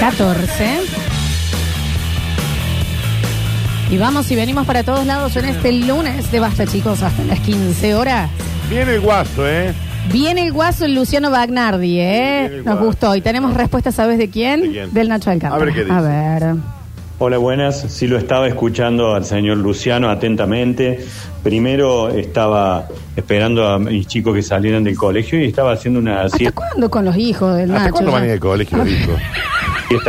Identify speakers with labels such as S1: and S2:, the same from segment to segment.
S1: 14. Y vamos y venimos para todos lados en este lunes de Basta, chicos, hasta las 15 horas.
S2: Viene el guaso, ¿eh?
S1: Viene el guaso el Luciano Bagnardi,
S2: Viene
S1: ¿eh?
S2: el
S1: Nos
S2: guaso.
S1: gustó. Y tenemos respuesta, ¿sabes de quién?
S2: ¿De quién?
S1: Del Nacho Alcántara.
S2: A ver qué dice.
S1: A ver.
S3: Hola, buenas. Sí lo estaba escuchando al señor Luciano atentamente. Primero estaba esperando a mis chicos que salieran del colegio y estaba haciendo una
S1: ¿Hasta
S3: siesta
S1: cuándo con los hijos del
S2: ¿Hasta
S1: Nacho?
S2: cuándo
S1: ya?
S2: van a ir al colegio, dijo?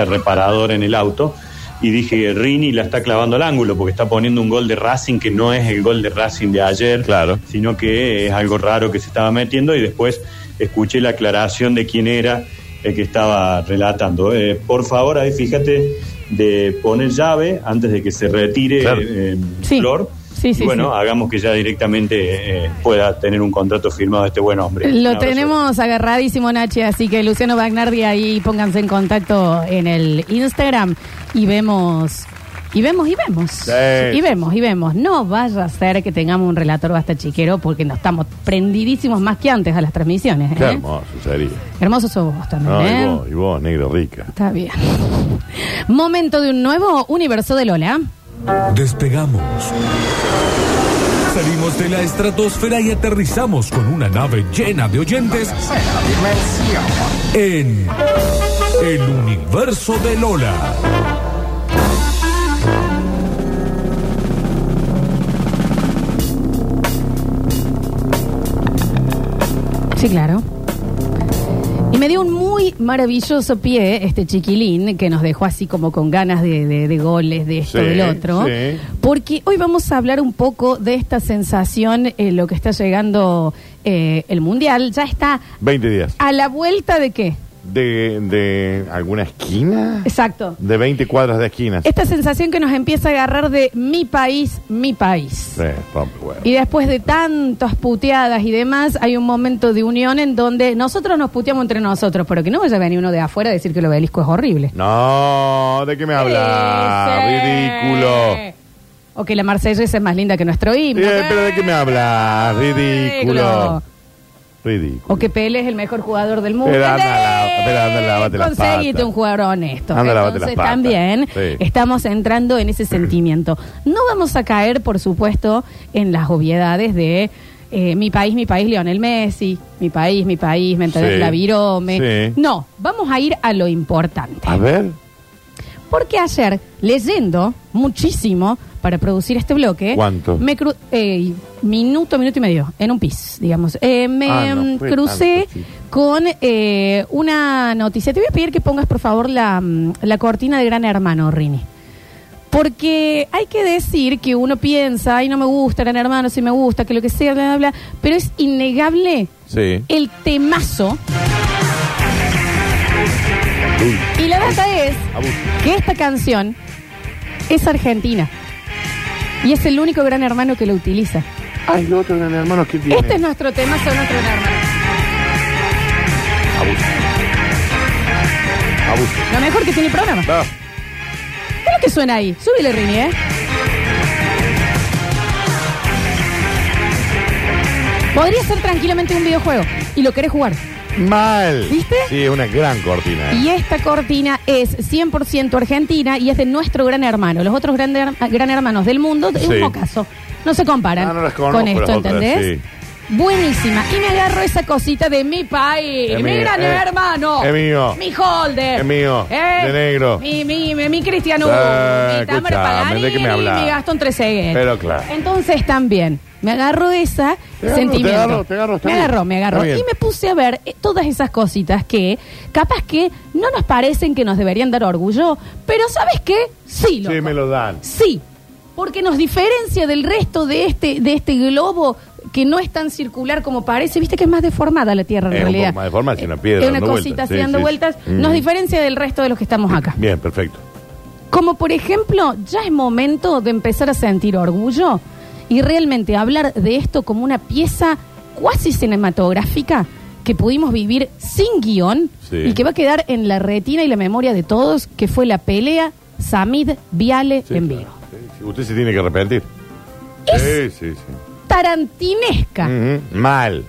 S3: reparadora en el auto y dije, Rini la está clavando al ángulo porque está poniendo un gol de Racing que no es el gol de Racing de ayer,
S2: Claro.
S3: sino que es algo raro que se estaba metiendo y después escuché la aclaración de quién era el que estaba relatando. Eh, por favor, ahí fíjate de poner llave antes de que se retire
S2: Claro.
S3: eh,
S1: Sí.
S3: Flor.
S1: Sí, sí,
S3: Y bueno,
S1: sí.
S3: hagamos que ya directamente eh, pueda tener un contrato firmado este buen hombre. Un
S1: Lo
S3: abrazo.
S1: tenemos agarradísimo, Nachi, así que Luciano Bagnardi ahí pónganse en contacto en el Instagram y vemos, y vemos, y vemos.
S2: Sí.
S1: Y vemos, y vemos. No vaya a ser que tengamos un relator basta chiquero porque nos estamos prendidísimos más que antes a las transmisiones. ¿eh?
S2: Qué hermoso sería.
S1: Hermoso sos vos también,
S2: No, y vos,
S1: ¿eh?
S2: y vos, negro rica.
S1: Está bien. Momento de un nuevo universo de Lola.
S4: Despegamos. Salimos de la estratosfera y aterrizamos con una nave llena de oyentes en el universo de Lola.
S1: Sí, claro. Y me dio un muy maravilloso pie este chiquilín que nos dejó así como con ganas de, de- de goles, de esto,
S2: Sí,
S1: del otro.
S2: sí.
S1: Porque hoy vamos a hablar un poco de esta sensación, eh, lo que está llegando eh, el Mundial. Ya está
S2: 20 días.
S1: a la vuelta de qué.
S2: ¿De, de alguna esquina?
S1: Exacto.
S2: De 20 cuadras de esquinas.
S1: Esta sensación que nos empieza a agarrar de mi país, mi país.
S2: Sí, rompe huevo.
S1: Y después de tantas puteadas y demás, hay un momento de unión en donde nosotros nos puteamos entre nosotros, pero que no vaya a venir uno de afuera a decir que el obelisco es horrible.
S2: No, ¿de qué me habla?
S1: Sí.
S2: Ridículo.
S1: O que la Marsellesa es más linda que nuestro himno.
S2: Eh, pero ¿de qué me habla? Ridículo. Ridículo.
S1: O que Pele es el mejor jugador del mundo.
S2: Pero anda, la- pero anda, lávate las
S1: Conseguite
S2: patas.
S1: un jugador honesto.
S2: Anda, lávate las
S1: Entonces
S2: patas.
S1: también
S2: Sí.
S1: estamos entrando en ese sentimiento. No vamos a caer, por supuesto, en las obviedades de eh, mi país, mi país, Lionel Messi, mi país, mi país, me entendés,
S2: Sí.
S1: la virome.
S2: Sí.
S1: No, vamos a ir a lo importante.
S2: A ver.
S1: Porque ayer, leyendo muchísimo para producir este bloque.
S2: ¿Cuánto?
S1: Me cru- eh, minuto, minuto y medio, en un pis, digamos. Eh, me
S2: Ah, no
S1: mm,
S2: fue
S1: crucé
S2: tanto, sí.
S1: con eh, una noticia. Te voy a pedir que pongas, por favor, la, mm, la cortina de Gran Hermano, Rini. Porque hay que decir que uno piensa, ay, no me gusta Gran Hermano, si me gusta, que lo que sea, bla, bla, bla. Pero es innegable
S2: Sí.
S1: el temazo.
S2: Uy,
S1: Y la verdad es
S2: abuso.
S1: que esta canción es argentina. Y es el único gran hermano que lo utiliza.
S2: Ay, lo otro gran hermano que tiene.
S1: Este es nuestro tema, son otro gran hermano.
S2: Abuso. Abuso.
S1: Lo mejor que tiene el programa.
S2: No.
S1: Creo que suena ahí. Súbile, Rini, ¿eh? Podría ser tranquilamente un videojuego. Y lo querés jugar.
S2: Mal.
S1: ¿Viste?
S2: Sí, es una gran cortina. eh.
S1: Y esta cortina es 100% argentina y es de nuestro gran hermano. Los otros grandes her- gran hermanos del mundo es un
S2: Sí.
S1: mocazo. No se comparan
S2: Ah, no las conozco,
S1: con esto,
S2: las otras,
S1: ¿entendés? Buenísima. Y me agarro esa cosita de mi país,
S2: Es
S1: mi
S2: mío,
S1: gran
S2: eh,
S1: hermano.
S2: es mío.
S1: Mi holder. Eh,
S2: Es mío, de negro.
S1: Mi, mi, mi, mi Cristian Hugo,
S2: Ah,
S1: mi Tamara
S2: escuchame,
S1: Pagani,
S2: ¿de qué me hablas?
S1: mi Gastón Trezeguet.
S2: Pero claro.
S1: Entonces también me agarro esa
S2: Te agarro,
S1: sentimiento.
S2: te agarro, te agarro, está
S1: me
S2: bien.
S1: agarró, me agarró.
S2: Está bien.
S1: Y me puse a ver eh, todas esas cositas que capaz que no nos parecen que nos deberían dar orgullo, pero ¿sabes qué? Sí,
S2: Sí,
S1: loco.
S2: me lo dan.
S1: Sí, porque nos diferencia del resto de este, de este globo que no es tan circular como parece. Viste que es más deformada la Tierra en
S2: Es un
S1: realidad.
S2: poco más deformada, es una piedra
S1: Es una
S2: dando
S1: cosita
S2: vueltas.
S1: así
S2: Sí,
S1: dando
S2: sí, sí.
S1: vueltas.
S2: Mm.
S1: Nos diferencia del resto de los que estamos acá.
S2: Bien, perfecto.
S1: Como por ejemplo, ya es momento de empezar a sentir orgullo y realmente hablar de esto como una pieza cuasi cinematográfica que pudimos vivir sin guión
S2: Sí.
S1: y que va a quedar en la retina y la memoria de todos, que fue la pelea Samid Viale
S2: Sí,
S1: en
S2: claro.
S1: vivo.
S2: Sí, sí. Usted se tiene que arrepentir. Sí, sí, sí.
S1: Tarantinesca.
S2: Ujú. Mal.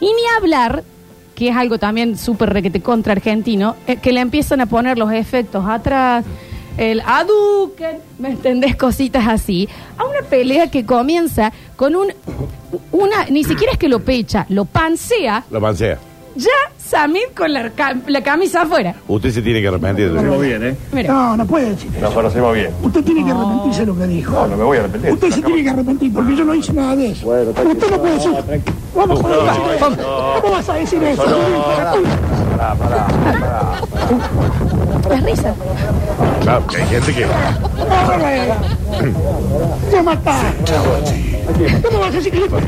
S1: Y ni hablar que es algo también súper requete contra argentino, eh, que le empiezan a poner los efectos atrás, el aduquen, ¿me entendés? Cositas así, a una pelea que comienza con un, una, ni siquiera es que lo pecha, lo pansea,
S2: La pancea.
S1: ya Samir con la, cam- la camisa afuera.
S2: Usted se tiene que arrepentir.
S3: Hacemos bien, ¿eh?
S1: Mira.
S5: No, no puede decir eso.
S3: Nos conocemos bien.
S5: Usted tiene que arrepentirse de lo que dijo.
S3: No, no me voy a arrepentir.
S5: Usted se tiene que arrepentir porque yo no hice nada de eso.
S3: Bueno,
S5: Pero usted no puede decir. Vamos a
S3: No,
S5: decir eso. ¿Cómo vas a decir eso?
S3: Pará, pará.
S1: La risa.
S2: Claro, que hay gente que.
S5: No, no, eh. Te mata. ¿Cómo vas a decir que yo-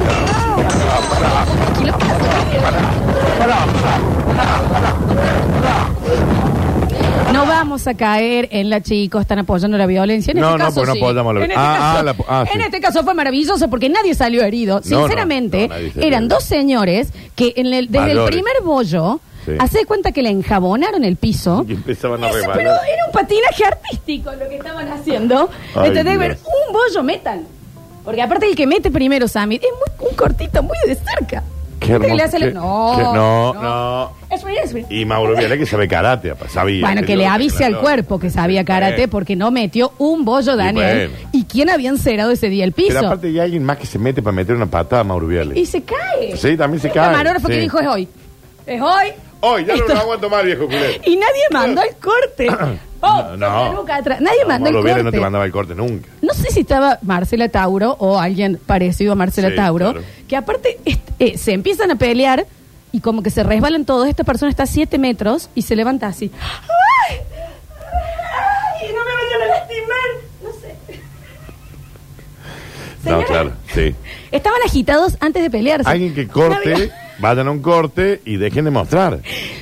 S1: No vamos a caer en la chicos, están apoyando la violencia. En
S2: No,
S1: este
S2: no,
S1: caso,
S2: pues no
S1: sí.
S2: apoyamos la
S1: En este
S2: Ah,
S1: caso-
S2: ah, la- ah, sí.
S1: En este caso fue maravilloso porque nadie salió herido.
S2: No, no,
S1: Sinceramente,
S2: no, nadie salió
S1: eran
S2: herido.
S1: dos señores que en el- desde el
S2: Valores.
S1: primer bollo,
S2: Sí.
S1: hace cuenta que le enjabonaron el piso.
S2: Y empezaban a
S1: Eso,
S2: rebalar.
S1: pero era un patinaje artístico lo que estaban haciendo.
S2: Ay,
S1: ¿Entendés?
S2: Dios.
S1: un bollo metan. Porque aparte el que mete primero, Sammy, es muy, un cortito, muy de cerca.
S2: Qué
S1: Viste que le
S2: hermoso,
S1: hace la-
S2: qué-
S1: no,
S2: qué- no, no.
S1: Es muy- es muy-
S2: Y Mauro Viale que sabe karate, apa, sabía.
S1: bueno, que le avise al cuerpo que sabía karate porque no metió un bollo Daniel. ¿eh?
S2: bueno.
S1: ¿Y quién había encerado ese día el
S2: Pero
S1: piso?
S2: aparte hay alguien más que se mete para meter una patada a Mauro Viale.
S1: Y se cae.
S2: Sí, también se
S1: El
S2: cae,
S1: camarógrafo que
S2: sí.
S1: dijo es hoy. Es hoy.
S2: Hoy, ya no
S1: Esto-
S2: lo aguanto más, viejo culero.
S1: Y nadie mandó el corte. Oh,
S2: No,
S1: con
S2: no.
S1: la nuca atrás. Nadie
S2: No,
S1: mandó el
S2: Mauro
S1: corte.
S2: Viale no te mandaba el corte nunca.
S1: No sé si estaba Marcela Tauro o alguien parecido a Marcela
S2: Sí,
S1: Tauro,
S2: claro.
S1: que aparte este, eh, se empiezan a pelear y como que se resbalan todos. Esta persona está a 7 metros y se levanta así. ¡Ay! ¡Ay! ¡No me vayan a lastimar! No sé. Señora,
S2: No, claro, sí.
S1: Estaban agitados antes de pelearse.
S2: Alguien que
S1: Una
S2: corte,
S1: amiga-
S2: vayan a un corte y dejen de mostrar.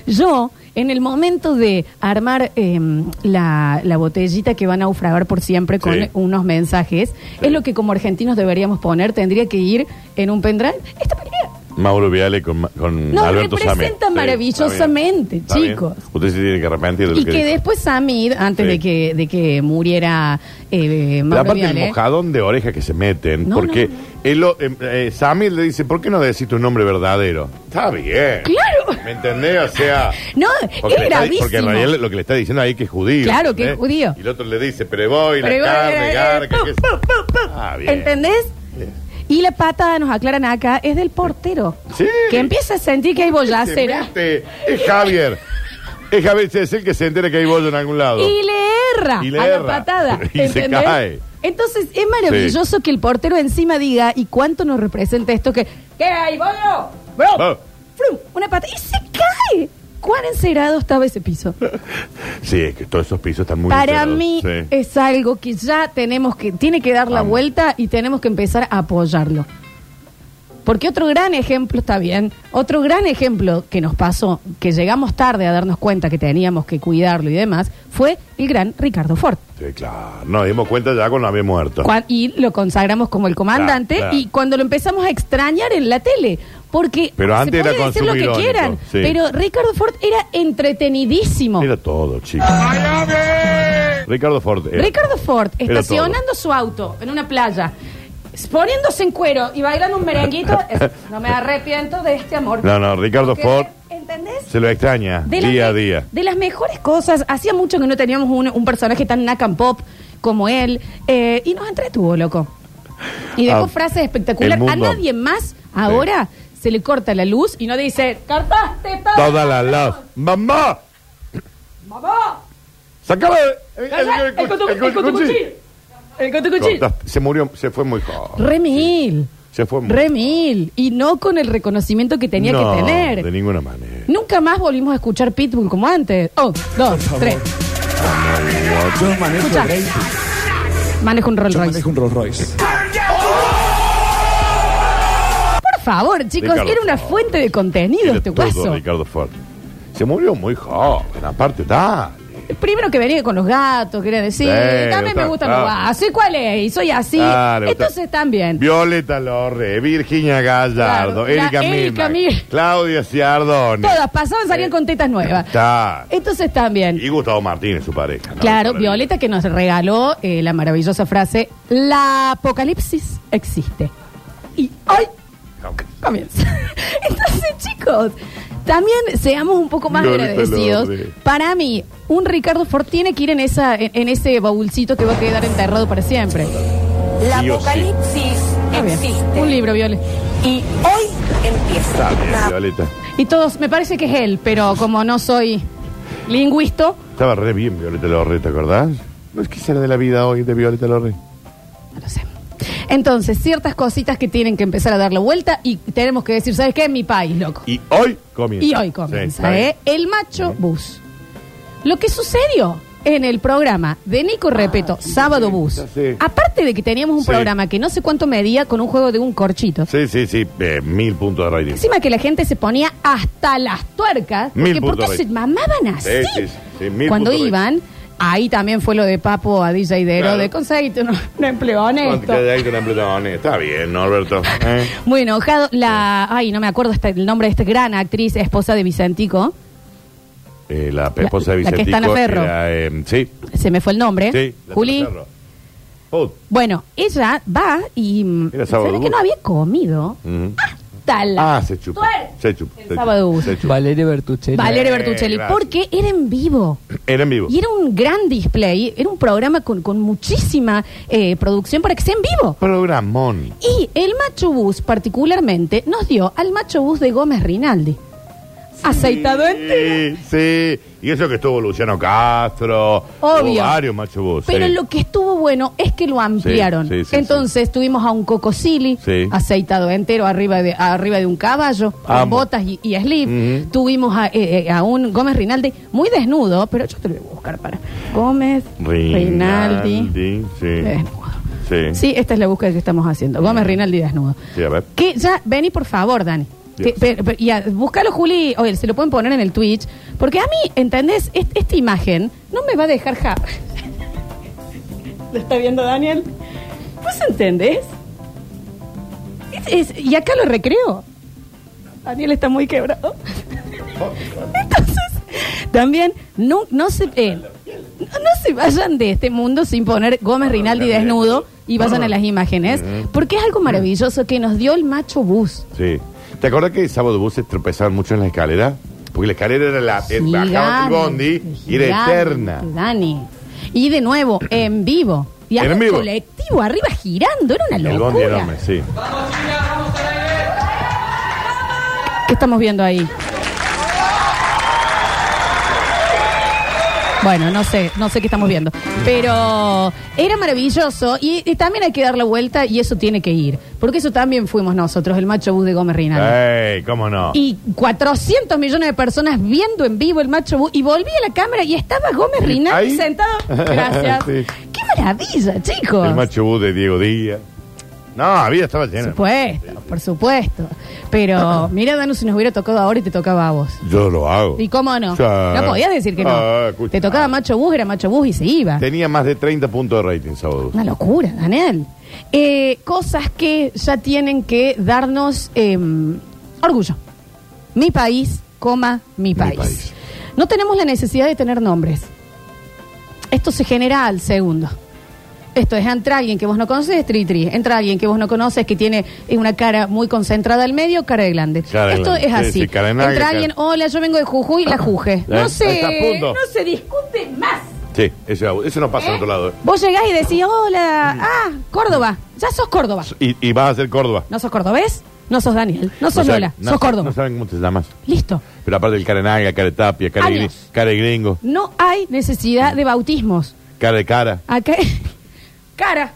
S1: Yo, en el momento de armar em, la, la botellita que va a naufragar por siempre con
S2: Sí.
S1: unos mensajes, es lo que como argentinos deberíamos poner, tendría que ir en un pendrive. Esta pelea.
S2: Mauro Viale con, Ma- con
S1: Nos
S2: Alberto Samé.
S1: representa
S2: Sí,
S1: maravillosamente,
S2: está bien.
S1: chicos.
S2: Usted se tiene que arrepentir de lo
S1: Y
S2: que,
S1: que
S2: dijo.
S1: después Samid, antes
S2: Sí.
S1: de, que, de que muriera eh,
S2: La
S1: Mauro
S2: parte del
S1: Viale,
S2: mojadón de oreja que se meten,
S1: No,
S2: porque
S1: no, no.
S2: él lo- eh, eh, Samir le dice, ¿por qué no decís tu nombre verdadero? Está bien.
S1: Claro.
S2: ¿Me entendés? O sea...
S1: No,
S2: Porque,
S1: es
S2: le está di-
S1: gravísimo.
S2: porque en realidad lo que le está diciendo ahí es que es judío.
S1: Claro, que es
S2: ¿entendés?
S1: judío.
S2: Y el otro le dice, pero voy, la
S1: Pero eh, igual
S2: carne,
S1: era- era-
S2: garca,
S1: pum,
S2: qué sé-
S1: pum, pum, pum.
S2: Ah, bien.
S1: ¿Entendés? Y la pata, nos aclaran acá, es del portero.
S2: Sí.
S1: Que empieza a sentir que hay
S2: Se
S1: boyacera.
S2: mete. Es Javier. Es Javier, es el que se entera que hay bollo en algún lado.
S1: Y le erra
S2: Y le
S1: a
S2: erra.
S1: la patada.
S2: Y se
S1: ¿entendés?
S2: cae.
S1: Entonces es maravilloso que el portero encima diga, ¿y cuánto nos representa esto que... ¿Qué hay, boludo? ¡Bro!
S2: Oh.
S1: ¡Frum! Una patada. ¡Y se cae! ¿Cuán encerado estaba ese piso?
S2: Sí, es que todos esos pisos están muy
S1: Para
S2: enterados,
S1: mí
S2: sí.
S1: es algo que ya tenemos que, tiene que dar la
S2: Vamos.
S1: vuelta y tenemos que empezar a apoyarlo. Porque otro gran ejemplo, está bien, otro gran ejemplo que nos pasó, que llegamos tarde a darnos cuenta que teníamos que cuidarlo y demás, fue el gran Ricardo Ford.
S2: Sí, claro. Nos dimos cuenta ya cuando había muerto.
S1: Cuan- y lo consagramos como el comandante
S2: Claro, claro.
S1: y cuando lo empezamos a extrañar en la tele porque
S2: Pero antes
S1: se
S2: era
S1: puede decir lo
S2: consumo
S1: que
S2: irónico,
S1: quieran
S2: sí.
S1: pero Ricardo Ford era entretenidísimo
S2: Era todo, chicos. Ricardo Ford. era-
S1: Ricardo Ford
S2: Eh, Era todo.
S1: estacionando su auto en una playa poniéndose en cuero y bailando un merenguito es- no me arrepiento de este amor
S2: No, no, Ricardo
S1: Porque,
S2: Ford
S1: ¿entendés?
S2: se lo extraña
S1: De las
S2: día a
S1: me-
S2: día.
S1: De las mejores cosas. Hacía mucho que no teníamos un, un personaje tan nac and pop como él. eh, y nos entretuvo, loco. Y dejó
S2: Ah,
S1: frases espectaculares.
S2: el
S1: A
S2: mundo.
S1: nadie más ahora se le corta la luz y no dice, ¡Cortaste toda,
S2: Toda la love. ¡Mamá!
S1: ¡Mamá!
S2: ¡Sacame el, el,
S1: ¡Calla! ¡El cotu- el cotucuchí! ¡El cotucuchí!
S2: Cortaste. Se murió, se fue muy joven.
S1: Remil.
S2: Se fue muy
S1: Remil. Y no con el reconocimiento que tenía
S2: No,
S1: que tener.
S2: De ninguna manera.
S1: Nunca más volvimos a escuchar Pitbull como antes. Oh, dos, tres.
S6: Yo manejo
S1: Escucha.
S6: el Drake,
S1: Manejo un Rolls
S6: yo
S1: Royce.
S6: manejo un Rolls Royce.
S1: Por favor, chicos,
S2: Ricardo
S1: era una
S2: Ford.
S1: fuente de contenido
S2: Era
S1: este
S2: todo
S1: guaso.
S2: Ricardo Ford. Se murió muy joven, aparte, da.
S1: Primero que venía con los gatos, quería decir,
S2: Sí,
S1: también me
S2: está-
S1: gustan los
S2: claro.
S1: gatos. ¿Y cuál es? Y soy así.
S2: Claro,
S1: Entonces
S2: está-
S1: también.
S2: Violeta Lorre, Virginia Gallardo,
S1: Claro,
S2: Erika
S1: la Erika
S2: Milman,
S1: Mil-
S2: Claudia Ciardone.
S1: Todas pasaban, salían con tetas nuevas.
S2: Está.
S1: Entonces también.
S2: Y Gustavo Martínez, su pareja. ¿no?
S1: claro,
S2: Para-
S1: Violeta que nos regaló eh, la maravillosa frase, la apocalipsis existe. Y hoy comienza. Entonces, chicos, También seamos un poco más
S2: Lolita
S1: agradecidos.
S2: Lorre.
S1: Para mí, un Ricardo Ford tiene que ir en, esa, en, en ese baúlcito que va a quedar enterrado para siempre.
S7: La
S3: Sí o sí.
S7: apocalipsis
S1: Está bien.
S7: existe.
S1: Un libro, Viole.
S7: Y hoy
S2: Está
S7: empieza.
S2: bien, Violeta.
S1: Y todos, me parece que es él, pero como no soy lingüisto,
S2: Estaba re bien Violeta Lorre, ¿te acordás? No es que será de la vida hoy de Violeta Lorre.
S1: no lo sé. Entonces, ciertas cositas que tienen que empezar a dar la vuelta y tenemos que decir, ¿sabes qué? En mi país, loco.
S2: Y hoy comienza.
S1: Y hoy
S2: Sí,
S1: comienza,
S2: está bien.
S1: ¿eh? El macho bus. Lo que sucedió en el programa de Nico Repeto, Sábado Bus,
S2: Ah, sí.
S1: aparte de que teníamos un
S2: Sí.
S1: programa que no sé cuánto medía con un juego de un corchito,
S2: Sí, sí, sí. eh, mil puntos de rating.
S1: encima que la gente se ponía hasta las tuercas,
S2: Mil
S1: porque, porque
S2: puntos
S1: se
S2: rey.
S1: mamaban así.
S2: Sí, sí, sí, sí, mil
S1: Cuando
S2: puntos rey.
S1: iban, ahí también fue lo de Papo a DJ Dero,
S2: Claro.
S1: de conseguirte un, un empleo honesto.
S2: Cuando quede ahí con la plata, Está bien, Norberto. ¿eh?
S1: Muy enojado. La, ay, no me acuerdo hasta el nombre de esta gran actriz, esposa de Vicentico.
S2: Eh, la esposa de
S1: la que
S2: Vicentico.
S1: está en Aferro.
S2: era, eh, sí,
S1: Se me fue el nombre.
S2: sí. la
S1: Juli.
S2: Tanaferro. Oh,
S1: Bueno, ella va y mm,
S2: Era sábado
S1: se ve que
S2: bus.
S1: no había comido.
S2: mm.
S1: hasta la
S2: Ah, se chupa.
S1: tuerca.
S2: Se chupa.
S1: El
S2: se chupa,
S1: sábado bus.
S2: se chupa.
S8: Valeria Bertuccelli.
S1: Valeria
S2: Eh,
S1: Bertuccelli,
S2: gracias.
S1: porque era en vivo.
S2: Era en vivo.
S1: Y era un gran display, era un programa con, con muchísima eh, producción para que sea en vivo.
S2: Programón.
S1: Y el macho bus, particularmente, nos dio al macho bus de Gómez Rinaldi. Aceitado entero.
S2: Sí, sí. Y eso que estuvo Luciano Castro.
S1: Obvio.
S2: hubo Varios macho bus.
S1: Pero
S2: sí.
S1: lo que estuvo bueno es que lo ampliaron.
S2: sí, sí,
S1: Entonces tuvimos a un cocosili
S2: Sí.
S1: aceitado entero arriba de, arriba de un caballo, con
S2: Amo.
S1: botas y, y sleeve.
S2: Ujú.
S1: Tuvimos a, eh, eh, a un Gómez Rinaldi muy desnudo, pero yo te lo voy a buscar para. Gómez Rinaldi.
S2: Rinaldi. Sí.
S1: desnudo.
S2: Sí. Mm.
S1: Sí, esta es la búsqueda que estamos haciendo. Gómez Rinaldi desnudo.
S2: Sí, a ver.
S1: Que ya, vení por favor, Dani.
S2: Bien.
S1: Que- pero- pero- y a- búscalo, Juli, o se lo pueden poner en el Twitch. Porque a mí, ¿entendés? Est- esta imagen no me va a dejar ja. ¿Lo está viendo Daniel? ¿Vos entendés? Es- es- y acá lo recreo. Daniel está muy quebrado. Entonces, también, no, no se. eh, no, no se vayan de este mundo sin poner Gómez Rinaldi desnudo y vayan a las imágenes, porque es algo maravilloso que nos dio el macho bus.
S2: Sí. ¿Te acuerdas que el sábado bus se tropezaban mucho en la escalera? Porque la escalera era la. eh, bajaban el
S1: Gigante,
S2: bondi y era
S1: gigante,
S2: eterna.
S1: Dani. Y de nuevo, en vivo. Y
S2: En
S1: había un
S2: vivo.
S1: colectivo arriba girando, era una
S2: El
S1: locura.
S2: bondi enorme, sí.
S1: ¿Qué estamos viendo ahí? Bueno, no sé, no sé qué estamos viendo. Pero era maravilloso y, y también hay que dar la vuelta y eso tiene que ir. Porque eso también fuimos nosotros, el macho bus de Gómez
S2: Eh.
S1: Rinaldi.
S2: ¡Ey! ¿Cómo no?
S1: Y 400 millones de personas viendo en vivo el macho bus. Y volví a la cámara y estaba Gómez Rinaldi
S2: Ahí.
S1: sentado. Gracias.
S2: Sí.
S1: ¡Qué maravilla, chicos!
S2: El macho bus de Diego Díaz. No, había, estaba
S1: Por
S2: lleno.
S1: supuesto, por supuesto. Pero mira, Danu, si nos hubiera tocado ahora y te tocaba a vos.
S2: Yo lo hago.
S1: ¿Y cómo no?
S2: Sí.
S1: No podías decir que no.
S2: Ah, escucha.
S1: Te tocaba macho bus, era macho bus y se iba.
S2: Tenía más de 30 puntos de rating sábado. bus.
S1: Una locura, Daniel. Eh, cosas que ya tienen que darnos eh, orgullo. Mi país, coma, mi país.
S2: país.
S1: No tenemos la necesidad de tener nombres. Esto se genera al segundo. Esto es, entra alguien que vos no conoces, tri, tri. Entra alguien que vos no conoces, que tiene eh, una cara muy concentrada al medio, cara de grande.
S2: Cara de
S1: Esto
S2: glande.
S1: es
S2: Sí,
S1: así.
S2: sí, cara de nalga,
S1: entra
S2: cara-
S1: alguien, hola, yo vengo de Jujuy, la juge.
S2: Ahí
S1: No
S2: está,
S1: se,
S2: punto.
S1: no se discute más.
S2: Sí, eso, eso no pasa en otro lado. ¿eh?
S1: Vos llegás y decís, hola, ah, Córdoba, ya sos Córdoba.
S2: Y, y vas a ser Córdoba.
S1: No sos cordobés, no sos Daniel, no sos
S2: saben-
S1: Lola,
S2: no
S1: sos
S2: sa-
S1: Córdoba.
S2: No saben cómo te llamas.
S1: Listo.
S2: Pero aparte el cara de naga, cara de tapia, cara, de,
S1: Años.
S2: gri- cara de gringo,
S1: No hay necesidad de bautismos.
S2: cara de cara.
S1: Acá cara,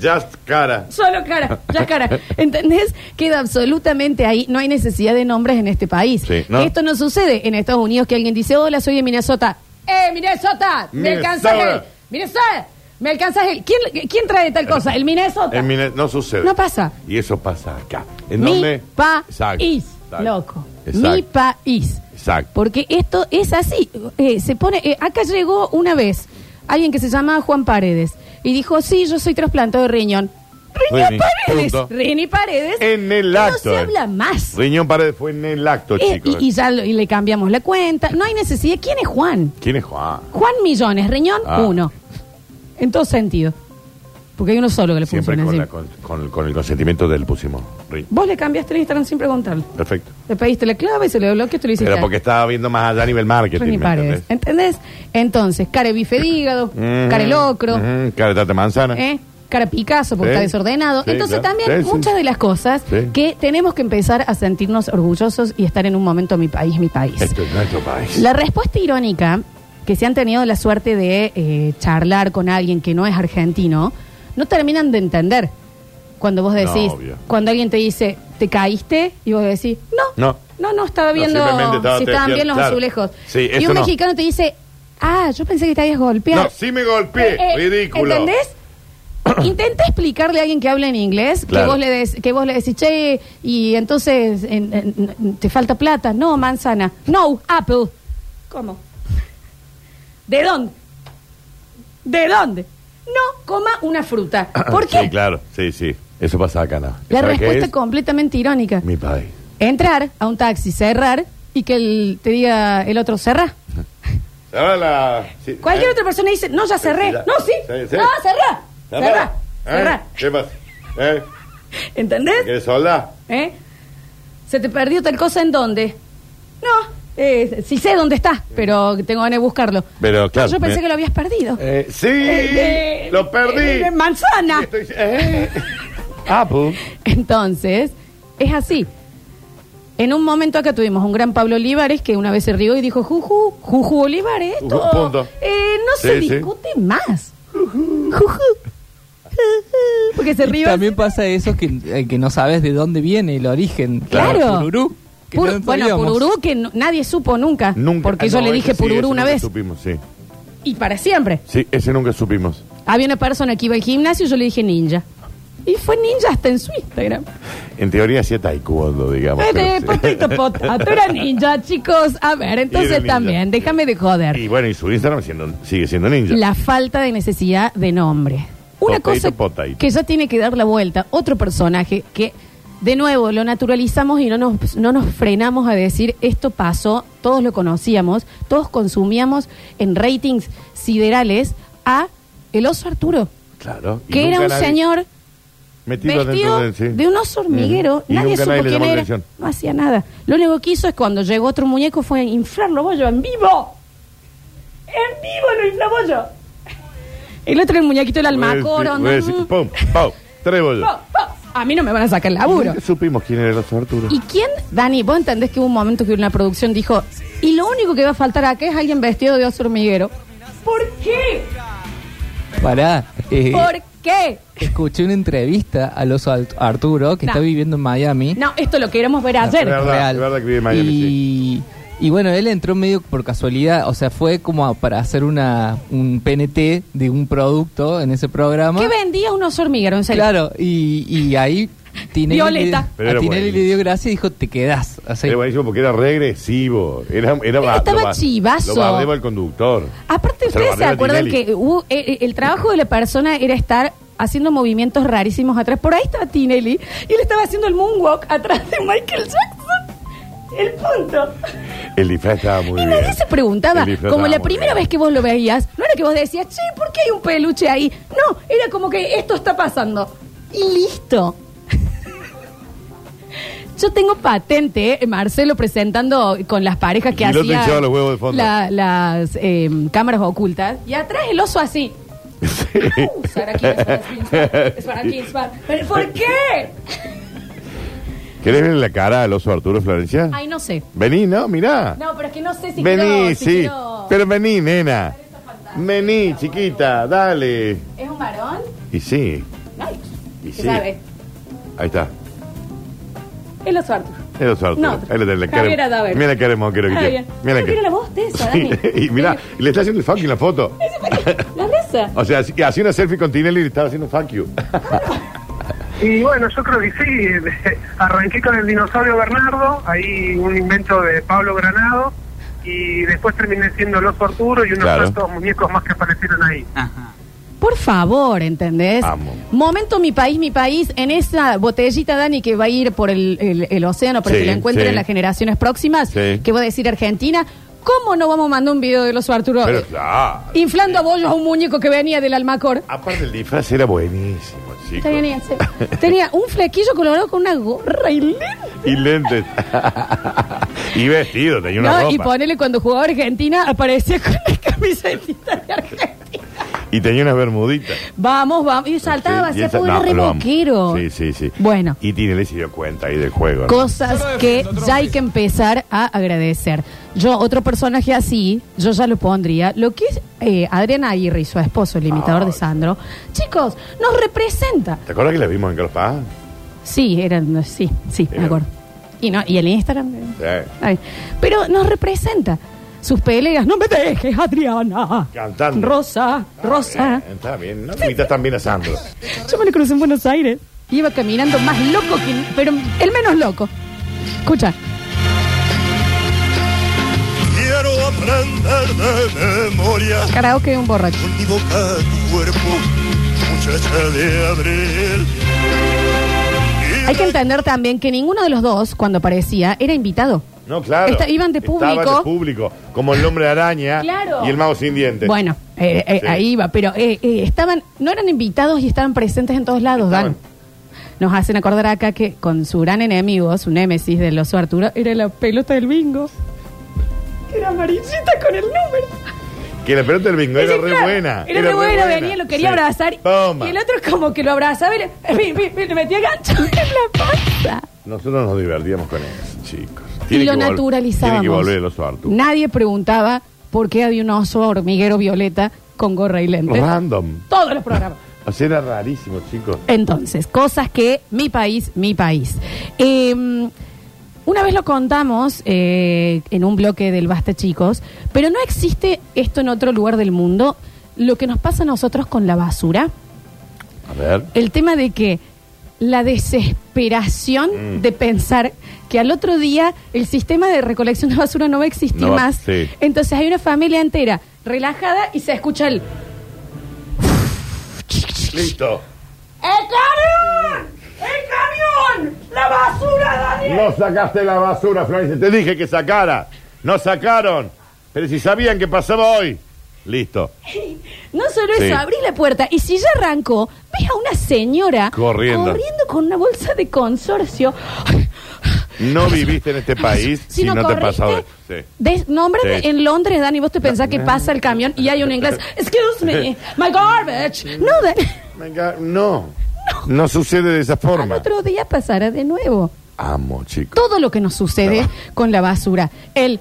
S2: Just cara.
S1: solo cara, ya cara. ¿Entendés? Queda absolutamente ahí. No hay necesidad de nombres en este país.
S2: Sí, ¿no?
S1: Esto no sucede en Estados Unidos que alguien dice, hola, soy de Minnesota. ¡Eh, Minnesota! ¡Me
S2: Minnesota.
S1: alcanzas el! ¡Minnesota! ¡Me alcanzas el! ¿Quién, ¿Quién trae tal cosa? ¡El Minnesota!
S2: En Mine- no sucede.
S1: No pasa.
S2: Y eso pasa acá. ¿En
S1: Mi
S2: dónde?
S1: país,
S2: Exacto. Exacto.
S1: loco.
S2: Exacto.
S1: Mi país.
S2: Exacto.
S1: Porque esto es así. Eh, se pone. eh, acá llegó una vez alguien que se llamaba Juan Paredes y dijo: Sí, yo soy trasplantado de riñón. Riñón
S2: Rini,
S1: Paredes.
S2: punto.
S1: Rini Paredes.
S2: En el
S1: No
S2: acto,
S1: se
S2: eh.
S1: habla más.
S2: Riñón Paredes fue en el acto,
S1: Eh,
S2: chicos.
S1: y, y ya lo- y le cambiamos la cuenta. No hay necesidad. ¿Quién es Juan?
S2: ¿Quién es Juan?
S1: Juan Millones, riñón,
S2: Ah.
S1: uno. En todo sentido. Porque hay uno solo que le
S2: Siempre
S1: funciona.
S2: con,
S1: así.
S2: la- con- con- con el consentimiento del pusimos. Rini.
S1: Vos le cambiaste el Instagram sin preguntarle.
S2: Perfecto.
S1: Le pediste la clave y se le bloqueó y tú lo hiciste.
S2: Pero porque estaba viendo más allá a nivel marketing.
S1: Rini
S2: ¿me
S1: Paredes.
S2: entendés?
S1: ¿Entendés? Entonces, care bife de hígado,
S2: Ujú,
S1: care locro,
S2: ujú, Cara de tata manzana.
S1: ¿eh? cara Picasso porque
S2: Sí.
S1: está desordenado.
S2: Sí,
S1: Entonces
S2: claro.
S1: también
S2: Sí, sí,
S1: muchas
S2: sí.
S1: de las cosas
S2: Sí.
S1: que tenemos que empezar a sentirnos orgullosos y estar en un momento mi país, mi país.
S2: Esto es nuestro país.
S1: La respuesta irónica que se han tenido la suerte de eh, charlar con alguien que no es argentino, no terminan de entender. Cuando vos decís,
S2: No, obvio.
S1: cuando alguien te dice, ¿te caíste? Y vos decís, no,
S2: No.
S1: no, no, estaba
S2: No,
S1: viendo
S2: simplemente estaba
S1: si estaban
S2: testeando,
S1: bien los
S2: claro.
S1: azulejos.
S2: Sí,
S1: y
S2: eso
S1: un
S2: no.
S1: mexicano te dice, ah, yo pensé que te habías golpeado.
S2: No, sí me golpeé.
S1: Eh, eh,
S2: Ridículo.
S1: ¿Entendés? Intenta explicarle a alguien que habla en inglés
S2: Claro.
S1: que, vos le des- que vos le decís, che, y entonces en- en- en- te falta plata. No, manzana. No, apple. ¿Cómo? ¿De dónde? ¿De dónde? No coma una fruta. ¿Por qué?
S2: Sí, claro. Sí, sí. Eso pasa acá, ¿no?
S1: La
S2: ¿Sabes qué
S1: respuesta
S2: es?
S1: completamente irónica.
S2: Mi país.
S1: Entrar a un taxi, cerrar y que el- te diga el otro, cerrá.
S2: Ahora la- sí,
S1: Cualquier
S2: ¿eh?
S1: otra persona dice, no, ya cerré.
S2: Sí, ya.
S1: No, sí.
S2: Sí, sí.
S1: No, cerrá.
S2: Cerrá.
S1: Cerrá.
S2: ¿Eh?
S1: Cerrá.
S2: ¿Qué pasa? ¿Eh?
S1: ¿Entendés?
S2: ¿Quieres soldar?
S1: ¿Eh? ¿Se te perdió tal cosa en dónde? No, eh, sí sé dónde está, pero tengo ganas de buscarlo.
S2: Pero,
S1: No,
S2: claro,
S1: yo pensé
S2: me-
S1: que lo habías perdido.
S2: Eh, sí.
S1: Eh, eh,
S2: lo perdí.
S1: eh, eh, manzana.
S2: Estoy- eh. Apple.
S1: Entonces, es así. En un momento acá tuvimos un gran Pablo Olivares que una vez se rió y dijo, Juju, Juju Olivares, esto
S2: Juju, punto.
S1: eh, no
S2: Sí,
S1: se
S2: sí.
S1: discute más. Juju. Porque se
S8: Y
S1: rió.
S8: también pasa eso que, eh, que no sabes de dónde viene el origen.
S1: Claro.
S8: Pururú, que
S1: Pur-
S8: no
S1: bueno,
S8: sabíamos.
S1: Pururú que no- nadie supo nunca.
S2: Nunca.
S1: Porque
S2: Ah,
S1: yo
S2: no,
S1: le
S2: ese
S1: dije
S2: sí, ese
S1: Pururú una
S2: nunca
S1: vez.
S2: Supimos, sí.
S1: Y para siempre.
S2: Sí, ese nunca supimos.
S1: Había una persona que iba al gimnasio y yo le dije ninja. Y fue ninja hasta en su Instagram.
S2: En teoría hacía taekwondo, digamos.
S1: Eh,
S2: pero
S1: de
S2: Ah, sí.
S1: potito potato, era ninja, chicos. A ver,
S2: Era
S1: entonces
S2: ninja.
S1: también, déjame de joder.
S2: Y bueno, y su Instagram siendo- sigue siendo ninja.
S1: La falta de necesidad de nombre. Una
S2: Potato,
S1: cosa
S2: potato.
S1: que ya tiene que dar la vuelta. Otro personaje que, de nuevo, lo naturalizamos y no nos, no nos frenamos a decir esto pasó, todos lo conocíamos, todos consumíamos en ratings siderales a el oso Arturo,
S2: Claro. y
S1: que
S2: nunca
S1: era un
S2: nadie-
S1: señor
S2: metido
S1: vestido
S2: dentro sí.
S1: de un oso hormiguero.
S2: Ujú. Y
S1: Nadie
S2: nunca
S1: supo
S2: nadie le
S1: quién
S2: llamó la
S1: era.
S2: atención.
S1: No hacía nada. Lo único que hizo es cuando llegó otro muñeco fue inflarlo bollo en vivo. En vivo lo infló bollo. El otro era el muñequito del
S2: Voy a
S1: almacoro.
S2: decir- voy a decir, pum, pau, tres bollos.
S1: A mí no me van a sacar el laburo.
S2: Nunca supimos quién era el oso Arturo.
S1: ¿Y quién, Dani, vos entendés que hubo un momento que una producción dijo, y lo único que va a faltar acá es alguien vestido de oso hormiguero? ¿Por qué?
S8: Pará. eh,
S1: ¿Por qué?
S8: Escuché una entrevista al oso Alt- Arturo que
S1: No.
S8: está viviendo en Miami.
S1: No, esto lo queremos ver ayer.
S2: Es verdad,
S8: Real.
S2: es verdad que vive en Miami,
S8: y, y bueno, él entró medio por casualidad, o sea, fue como a- para hacer una un PNT de un producto en ese programa.
S1: ¿Qué vendía un oso hormiguero? En serio?
S8: Claro, y, y ahí Tinelli,
S1: Violeta.
S8: Le,
S2: Pero
S8: a
S2: era
S8: Tinelli le
S2: buenísimo.
S8: dio gracia y dijo, te quedás. O sea,
S2: Era buenísimo porque era regresivo. Era, era ba-
S1: Estaba
S2: lo ba-
S1: chivazo. Ah.
S2: Lo bardeaba el conductor.
S1: Aparte,
S2: O sea, lo
S1: ¿ustedes se
S2: bardeaba
S1: acuerdan
S2: Tinelli.
S1: que hubo- eh, eh, el trabajo de la persona era estar haciendo movimientos rarísimos atrás? Por ahí estaba Tinelli y le estaba haciendo el moonwalk atrás de Michael Jackson. El punto.
S2: El disfraz estaba muy
S1: y
S2: bien.
S1: nadie se preguntaba.
S2: El disfraz
S1: Como
S2: estaba
S1: la
S2: muy
S1: primera
S2: bien.
S1: vez que vos lo veías, no era que vos decías, che, ¿por qué hay un peluche ahí? No, era como que esto está pasando. Y listo. Yo tengo patente, eh, Marcelo, presentando con las parejas que
S2: Y el otro
S1: hacían
S2: hinchaba los huevos de fondo.
S1: la- las eh, cámaras ocultas. Y atrás el oso así. Uh, es para aquí, es para aquí, es para aquí, es para aquí, es para- ¿Pero por qué?
S2: ¿Querés ver la cara al oso Arturo Florencia?
S1: Ay, no sé.
S2: Vení, ¿no? Mirá.
S1: No, pero es que no sé si
S2: vení,
S1: quiero- si
S2: sí.
S1: quiero-
S2: Pero vení, nena. Vení, chiquita, dale.
S1: ¿Es un varón?
S2: Y sí,
S1: Ay,
S2: Y
S1: ¿qué
S2: sí.
S1: sabe?
S2: ahí está.
S1: El oso Arturo.
S2: El oso Arturo.
S1: No,
S2: Ahí lo tenés, la cara.
S1: Javier Adaver.
S2: Mira la cara de moquero que
S1: Está
S2: tiene.
S1: bien.
S2: Mira
S1: Pero
S2: cara.
S1: mira la voz de esa, Dani.
S2: y mirá, le está haciendo el fuck you en la foto.
S1: La mesa.
S2: O sea, así- hacía una selfie con Tinelli y le estaba haciendo fuck you.
S5: Y bueno, yo creo que sí. Arranqué con el dinosaurio Bernardo, ahí un invento de Pablo Granado, y después terminé siendo el oso Arturo y unos
S2: Claro.
S5: tantos muñecos más que aparecieron ahí.
S1: Por favor, ¿entendés?
S2: Amo.
S1: Momento mi país, mi país, en esa botellita, Dani, que va a ir por el, el- el océano para
S2: Sí,
S1: que la encuentren
S2: sí.
S1: las generaciones próximas,
S2: Sí.
S1: que va a decir Argentina, ¿Cómo no vamos a mandar un video de los Arturo? eh,
S2: Pero claro.
S1: Inflando a bollos a un muñeco que venía del Almacor.
S2: Aparte el disfraz era buenísimo, chicos.
S1: Tenía, tenía un flequillo colorado con una gorra y lentes.
S2: Y lentes. y vestido, tenía una
S1: No,
S2: ropa.
S1: y ponele cuando jugaba Argentina, aparecía con la camiseta de Argentina.
S2: Y tenía unas bermuditas.
S1: Vamos, vamos. Y saltaba,
S2: Sí, y
S1: hacía
S2: esa-
S1: fue
S2: no,
S1: re
S2: lo amo.
S1: boquero.
S2: Sí, sí, sí.
S1: Bueno.
S2: Y Tinelli se dio cuenta ahí del juego. ¿no?
S1: Cosas que ya hay que empezar a agradecer. Yo, otro personaje así, yo ya lo pondría. Lo que es eh, Adriana Aguirre y su esposo, el imitador de Sandro. Chicos, nos representa.
S2: ¿Te acuerdas que la vimos en Carlos Paz?
S1: Sí, eran, sí, sí,
S2: Era.
S1: me acuerdo. Y, no, y el Instagram. eh,
S2: Sí.
S1: Ay, Pero nos representa. Sus peleas. No me dejes, Adriana.
S2: Cantando.
S1: Rosa, Rosa.
S2: Bien, está bien, no imitas tan bien a Sandro.
S1: Yo me lo crucé en Buenos Aires. Iba caminando más loco que. Pero el menos loco. Escucha.
S9: Quiero aprender de memoria
S1: Karaoke de un borracho.
S9: con mi boca tu cuerpo, muchacha de abril. Y
S1: Hay que entender también que ninguno de los dos, cuando aparecía, era invitado.
S2: No, claro.
S1: Esta- iban de
S2: Estaban de
S1: público.
S2: público, como el hombre araña
S1: Claro.
S2: y el mago sin dientes.
S1: Bueno, eh, eh,
S2: Sí.
S1: ahí va, pero eh, eh, estaban, no eran invitados y estaban presentes en todos lados,
S2: Estaban.
S1: Dan. Nos hacen acordar acá que con su gran enemigo, su némesis del oso Arturo, era la pelota del bingo. Era amarillita con el número.
S2: Que la pelota del bingo era
S1: Sí,
S2: re
S1: claro.
S2: buena.
S1: Era,
S2: re
S1: re buena, venía, lo quería
S2: Sí.
S1: abrazar.
S2: Toma.
S1: Y el otro como que lo abrazaba y le, pi, pi, pi, le metía gancho en la panza.
S2: Nosotros nos divertíamos con eso, chicos.
S1: y
S2: Tiene
S1: lo
S2: que vol-
S1: naturalizábamos.
S2: Tiene que volver el oso Arturo.
S1: Nadie preguntaba por qué había un oso hormiguero violeta con gorra y lentes.
S2: Random.
S1: Todos los programas.
S2: O sea, era rarísimo, chicos.
S1: Entonces, cosas que mi país, mi país. Eh, una vez lo contamos eh, en un bloque del Basta Chicos, pero no existe esto en otro lugar del mundo, lo que nos pasa a nosotros con la basura,
S2: A ver.
S1: el tema de que la desesperación
S2: Mm.
S1: de pensar que al otro día el sistema de recolección de basura no va a existir
S2: No va-
S1: más,
S2: sí.
S1: entonces hay una familia entera relajada y se escucha el...
S2: Listo.
S1: ¡El camión! ¡El camión! ¡La basura, Daniel!
S2: No sacaste la basura, Florencia. Te dije que sacara. No sacaron. Pero si sabían que pasaba hoy. Listo.
S1: No solo
S2: Sí.
S1: eso, abrís la puerta y si ya arrancó, ves a una señora
S2: Corriendo.
S1: con una bolsa de consorcio.
S2: No viviste en este país si, no, te
S1: corriste,
S2: pasaba. Sí.
S1: des- nómbrame
S2: Sí.
S1: en Londres, Dani, vos te pensás que pasa el camión y hay un inglés. Excuse me, my garbage. No, Dani.
S2: Venga, No. No sucede de esa
S1: al
S2: forma.
S1: otro día pasará de nuevo.
S2: Amo, chicos.
S1: Todo lo que nos sucede con la basura. El,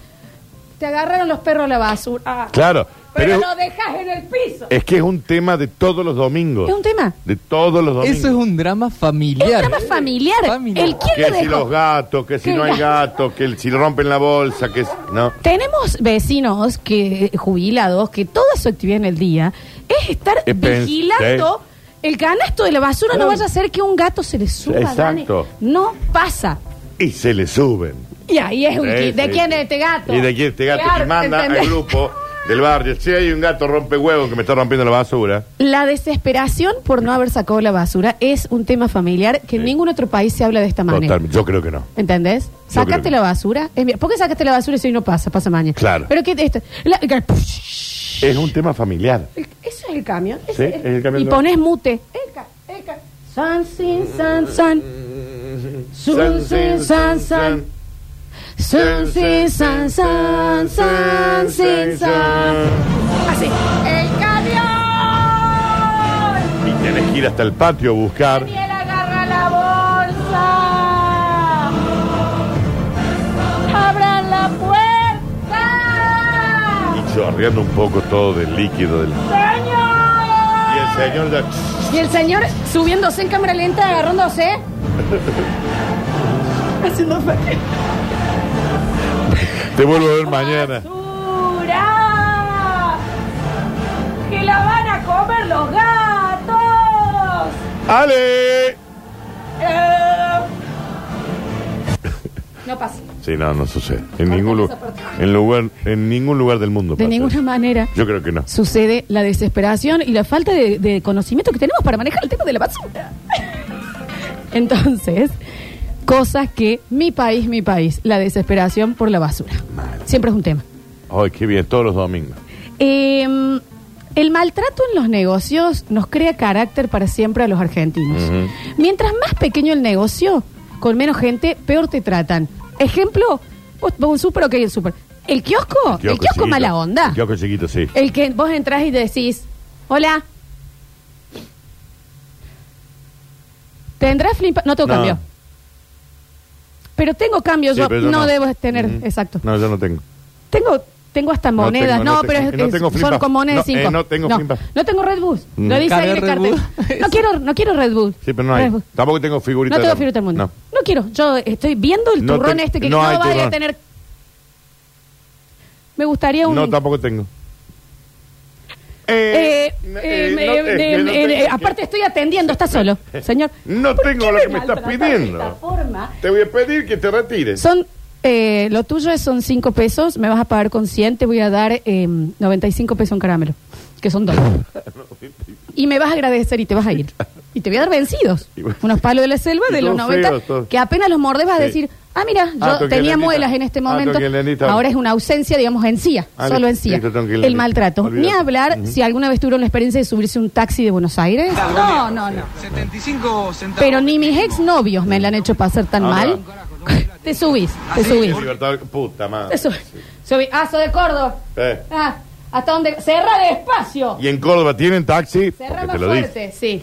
S1: te agarraron los perros la basura. Ah,
S2: Claro. Pero
S1: Pero,
S2: Eh,
S1: lo dejas en el piso.
S2: es que es un tema de todos los domingos.
S1: Es un tema.
S2: De todos los domingos.
S8: Eso es un drama
S1: Es un
S8: familiar.
S1: tema familiar.
S8: Eh, Familiar.
S1: El quién
S2: Que
S1: lo
S2: si
S1: dejó.
S2: los gatos, que si
S1: Que
S2: no hay
S1: el-
S2: gatos, que el- si rompen la bolsa, que... si- No.
S1: Tenemos vecinos que jubilados que toda su actividad en el día es estar
S2: Es pens-
S1: vigilando el canasto de la basura. No
S2: Claro.
S1: vaya a ser que un gato se le suba.
S2: Exacto.
S1: Dani. No pasa.
S2: Y se le suben.
S1: Y ahí es un
S2: Sí,
S1: ki- ¿De
S2: sí.
S1: quién es este gato?
S2: Y de quién este gato
S1: Claro,
S2: que manda
S1: ¿entendés?
S2: al grupo del barrio. Si hay un gato rompe huevo que me está rompiendo la basura.
S1: La desesperación por no haber sacado la basura es un tema familiar que en ningún otro país se habla de esta manera.
S2: Total, yo creo que no.
S1: ¿Entendés?
S2: Yo creo
S1: Sacaste
S2: que-
S1: la basura. es mi- ¿Por qué sacaste la basura y si hoy no pasa? Pasa mañana.
S2: Claro.
S1: Pero que esto. la-
S2: Es un tema familiar.
S1: El- Eso es el camión. ese
S2: Sí, es el camión
S1: Y
S2: de-
S1: pones mute. El ca- el ca- San, sin, san, san. Sun, sin, san, san. Sun, sin, san, san, san, sin, san. Así. El camión.
S2: Y tenés que ir hasta el patio a buscar.
S1: Y él agarra la bolsa. Abran la puerta.
S2: Y chorreando un poco todo del líquido. Del...
S1: Señor.
S2: Y el señor ya...
S1: Y el señor subiéndose en cámara lenta, agarrándose. Haciendo
S2: Te vuelvo a ver mañana.
S1: basura. Que la van a comer los gatos.
S2: ¡Ale!
S1: No pasa.
S2: Sí, no, no sucede. En ningún, lu- en lugar, en ningún lugar del mundo.
S1: De
S2: pasa
S1: ninguna
S2: eso.
S1: manera
S2: Yo creo que no.
S1: sucede la desesperación y la falta de, de conocimiento que tenemos para manejar el tema de la basura. Entonces, cosas que mi país, mi país, la desesperación por la basura. Siempre es un tema.
S2: Ay, qué bien, todos los domingos.
S1: Eh, el maltrato en los negocios nos crea carácter para siempre a los argentinos.
S2: Ujú.
S1: Mientras más pequeño el negocio, con menos gente, peor te tratan. Ejemplo, vos vas a un súper, ok, el súper. El kiosco, Oh, el kiosco,
S2: chiquito.
S1: mala onda. Eh,
S2: El kiosco chiquito, sí.
S1: El que vos entras y decís, hola. ¿Tendrás flipa? No tengo
S2: No.
S1: cambio. Pero tengo cambio,
S2: Sí,
S1: yo,
S2: pero
S1: no, debo tener,
S2: Ujú.
S1: exacto.
S2: No, yo no tengo.
S1: Tengo, tengo hasta monedas.
S2: tengo,
S1: No,
S2: no te-
S1: pero es-
S2: eh, no
S1: es-
S2: tengo Flip
S1: son
S2: Pass.
S1: con monedas de
S2: No, eh,
S1: 5.
S2: no tengo
S1: no,
S2: Flip Pass.
S1: no tengo Red Bull.
S2: Mm.
S1: Lo dice ahí en el
S8: Carga Red
S1: cartel.
S8: Bull.
S1: No quiero, no quiero Red Bull.
S2: Sí, pero no hay.
S1: Red Bull.
S2: Tampoco tengo figuritas.
S1: No tengo
S2: de-
S1: fruta del mundo.
S2: No.
S1: No. quiero. Yo estoy viendo el
S2: No
S1: turrón
S2: te-
S1: este que
S2: no
S1: no,
S2: hay
S1: vaya
S2: turrón.
S1: a tener. Me gustaría un.
S2: No, tampoco tengo.
S1: Eh,
S2: Eh,
S1: eh,
S2: no, no,
S1: eh, eh,
S2: es que no
S1: eh,
S2: tengo-
S1: eh, Aparte estoy atendiendo, está solo, señor.
S2: No
S1: ¿Por
S2: tengo
S1: qué
S2: lo que me
S1: maltratas
S2: estás
S1: de
S2: pidiendo?
S1: esta forma?
S2: Te voy a pedir que te retires.
S1: Son, eh, lo tuyo es- son 5 pesos, me vas a pagar con 100, te voy a dar eh, 95 pesos en caramelo, que son dos. y me vas a agradecer y te vas a ir. Y te voy a dar vencidos.
S2: Y bueno.
S1: Unos palos de la selva
S2: Y
S1: de los
S2: todos
S1: 90,
S2: feos, todos.
S1: que apenas los mordes vas a
S2: Sí.
S1: decir, ah, mira,
S2: Ah,
S1: yo
S2: toque
S1: tenía
S2: lenita.
S1: muelas en este
S2: Ah,
S1: momento.
S2: toque lenita.
S1: Ahora es una ausencia, digamos, encía,
S2: Ah,
S1: solo
S2: listo,
S1: encía.
S2: listo, toque lenita.
S1: El maltrato. Ni
S2: Olvídate.
S1: hablar
S2: Ujú.
S1: si alguna vez tuvieron la experiencia de subirse un taxi de Buenos Aires. No, no, no.
S10: 75 centavos.
S1: Pero ni mis exnovios me la han hecho pasar tan
S2: Ahora.
S1: mal. Te subís, te subís.
S2: Libertador, puta madre.
S1: Te subís. Subí. Ah, soy de Córdoba.
S2: Eh.
S1: Ah, ¿hasta dónde? Cerra despacio.
S2: ¿Y en Córdoba tienen taxi?
S1: Cerra
S2: Porque
S1: más
S2: te lo dije.
S1: fuerte, sí.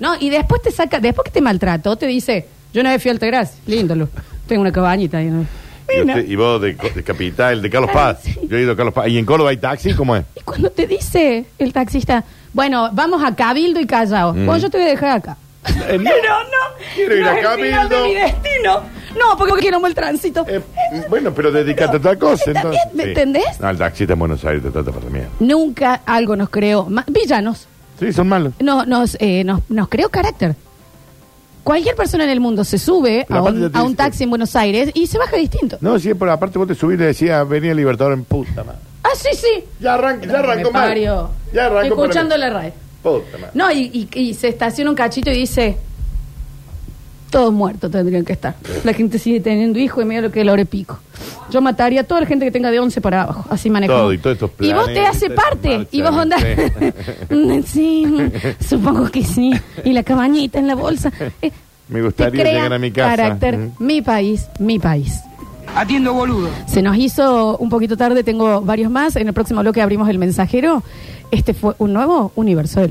S1: No, y después te saca, después que te maltrató, te dice, yo una vez fui al Altagracia, lindo, Lu. tengo una cabañita ahí. ¿no?
S2: Y,
S1: Mira.
S2: usted- y vos de, co- de Capital, de Carlos
S1: Claro,
S2: Paz.
S1: sí.
S2: Yo he ido a Carlos Paz. ¿Y en Córdoba hay taxi? ¿Cómo es?
S1: Y cuando te dice el taxista, bueno, vamos a Cabildo y Callao,
S2: Mm.
S1: bueno, yo te voy a dejar acá.
S2: Eh, no.
S1: Pero no,
S2: Quiero ir
S1: no
S2: a
S1: es el final
S2: Cabildo.
S1: de mi destino. No, porque quiero amo el tránsito.
S2: Eh, bueno, pero dedícate a otra cosa.
S1: Está bien,
S2: Entonces. Sí.
S1: ¿me
S2: Ah.
S1: entendés?
S2: No, el taxista en Buenos Aires te trata para la mierda.
S1: Nunca algo nos creó. ma- Villanos.
S2: Sí, son malos.
S1: No, nos, eh, nos, nos creó carácter. Cualquier persona en el mundo se sube
S2: Pero
S1: a
S2: aparte ya
S1: un,
S2: te
S1: a un
S2: dice-
S1: taxi en Buenos Aires y se baja distinto.
S2: No, sí, pero aparte vos te subís y le decías, venía Libertador en puta madre.
S1: Ah, sí, sí.
S2: Ya, arranca, ya
S1: Me
S2: arrancó mal.
S1: parió.
S2: Ya arrancó para
S1: Escuchando
S2: mí.
S1: la radio.
S2: Puta madre.
S1: No, y, y- y se estaciona un cachito y dice: Todos muertos tendrían que estar.
S2: Eh.
S1: La gente sigue teniendo hijos y mira lo que es el ore pico. Yo mataría a toda la gente que tenga de 11 para abajo. Así manejo.
S2: Todo, y todos estos
S1: Y vos te
S2: planes, todas estas
S1: hace
S2: ¿eh?
S1: parte.
S2: marchas,
S1: y vos andás.
S2: ¿viste?
S1: sí, supongo que sí. Y la cabañita en la bolsa. Eh,
S2: Me gustaría
S1: te crea
S2: llegar a mi casa.
S1: Carácter,
S2: Ujú.
S1: mi país, mi país.
S10: Atiendo boludo.
S1: Se nos hizo un poquito tarde, tengo varios más. En el próximo bloque abrimos el mensajero. Este fue un nuevo universo del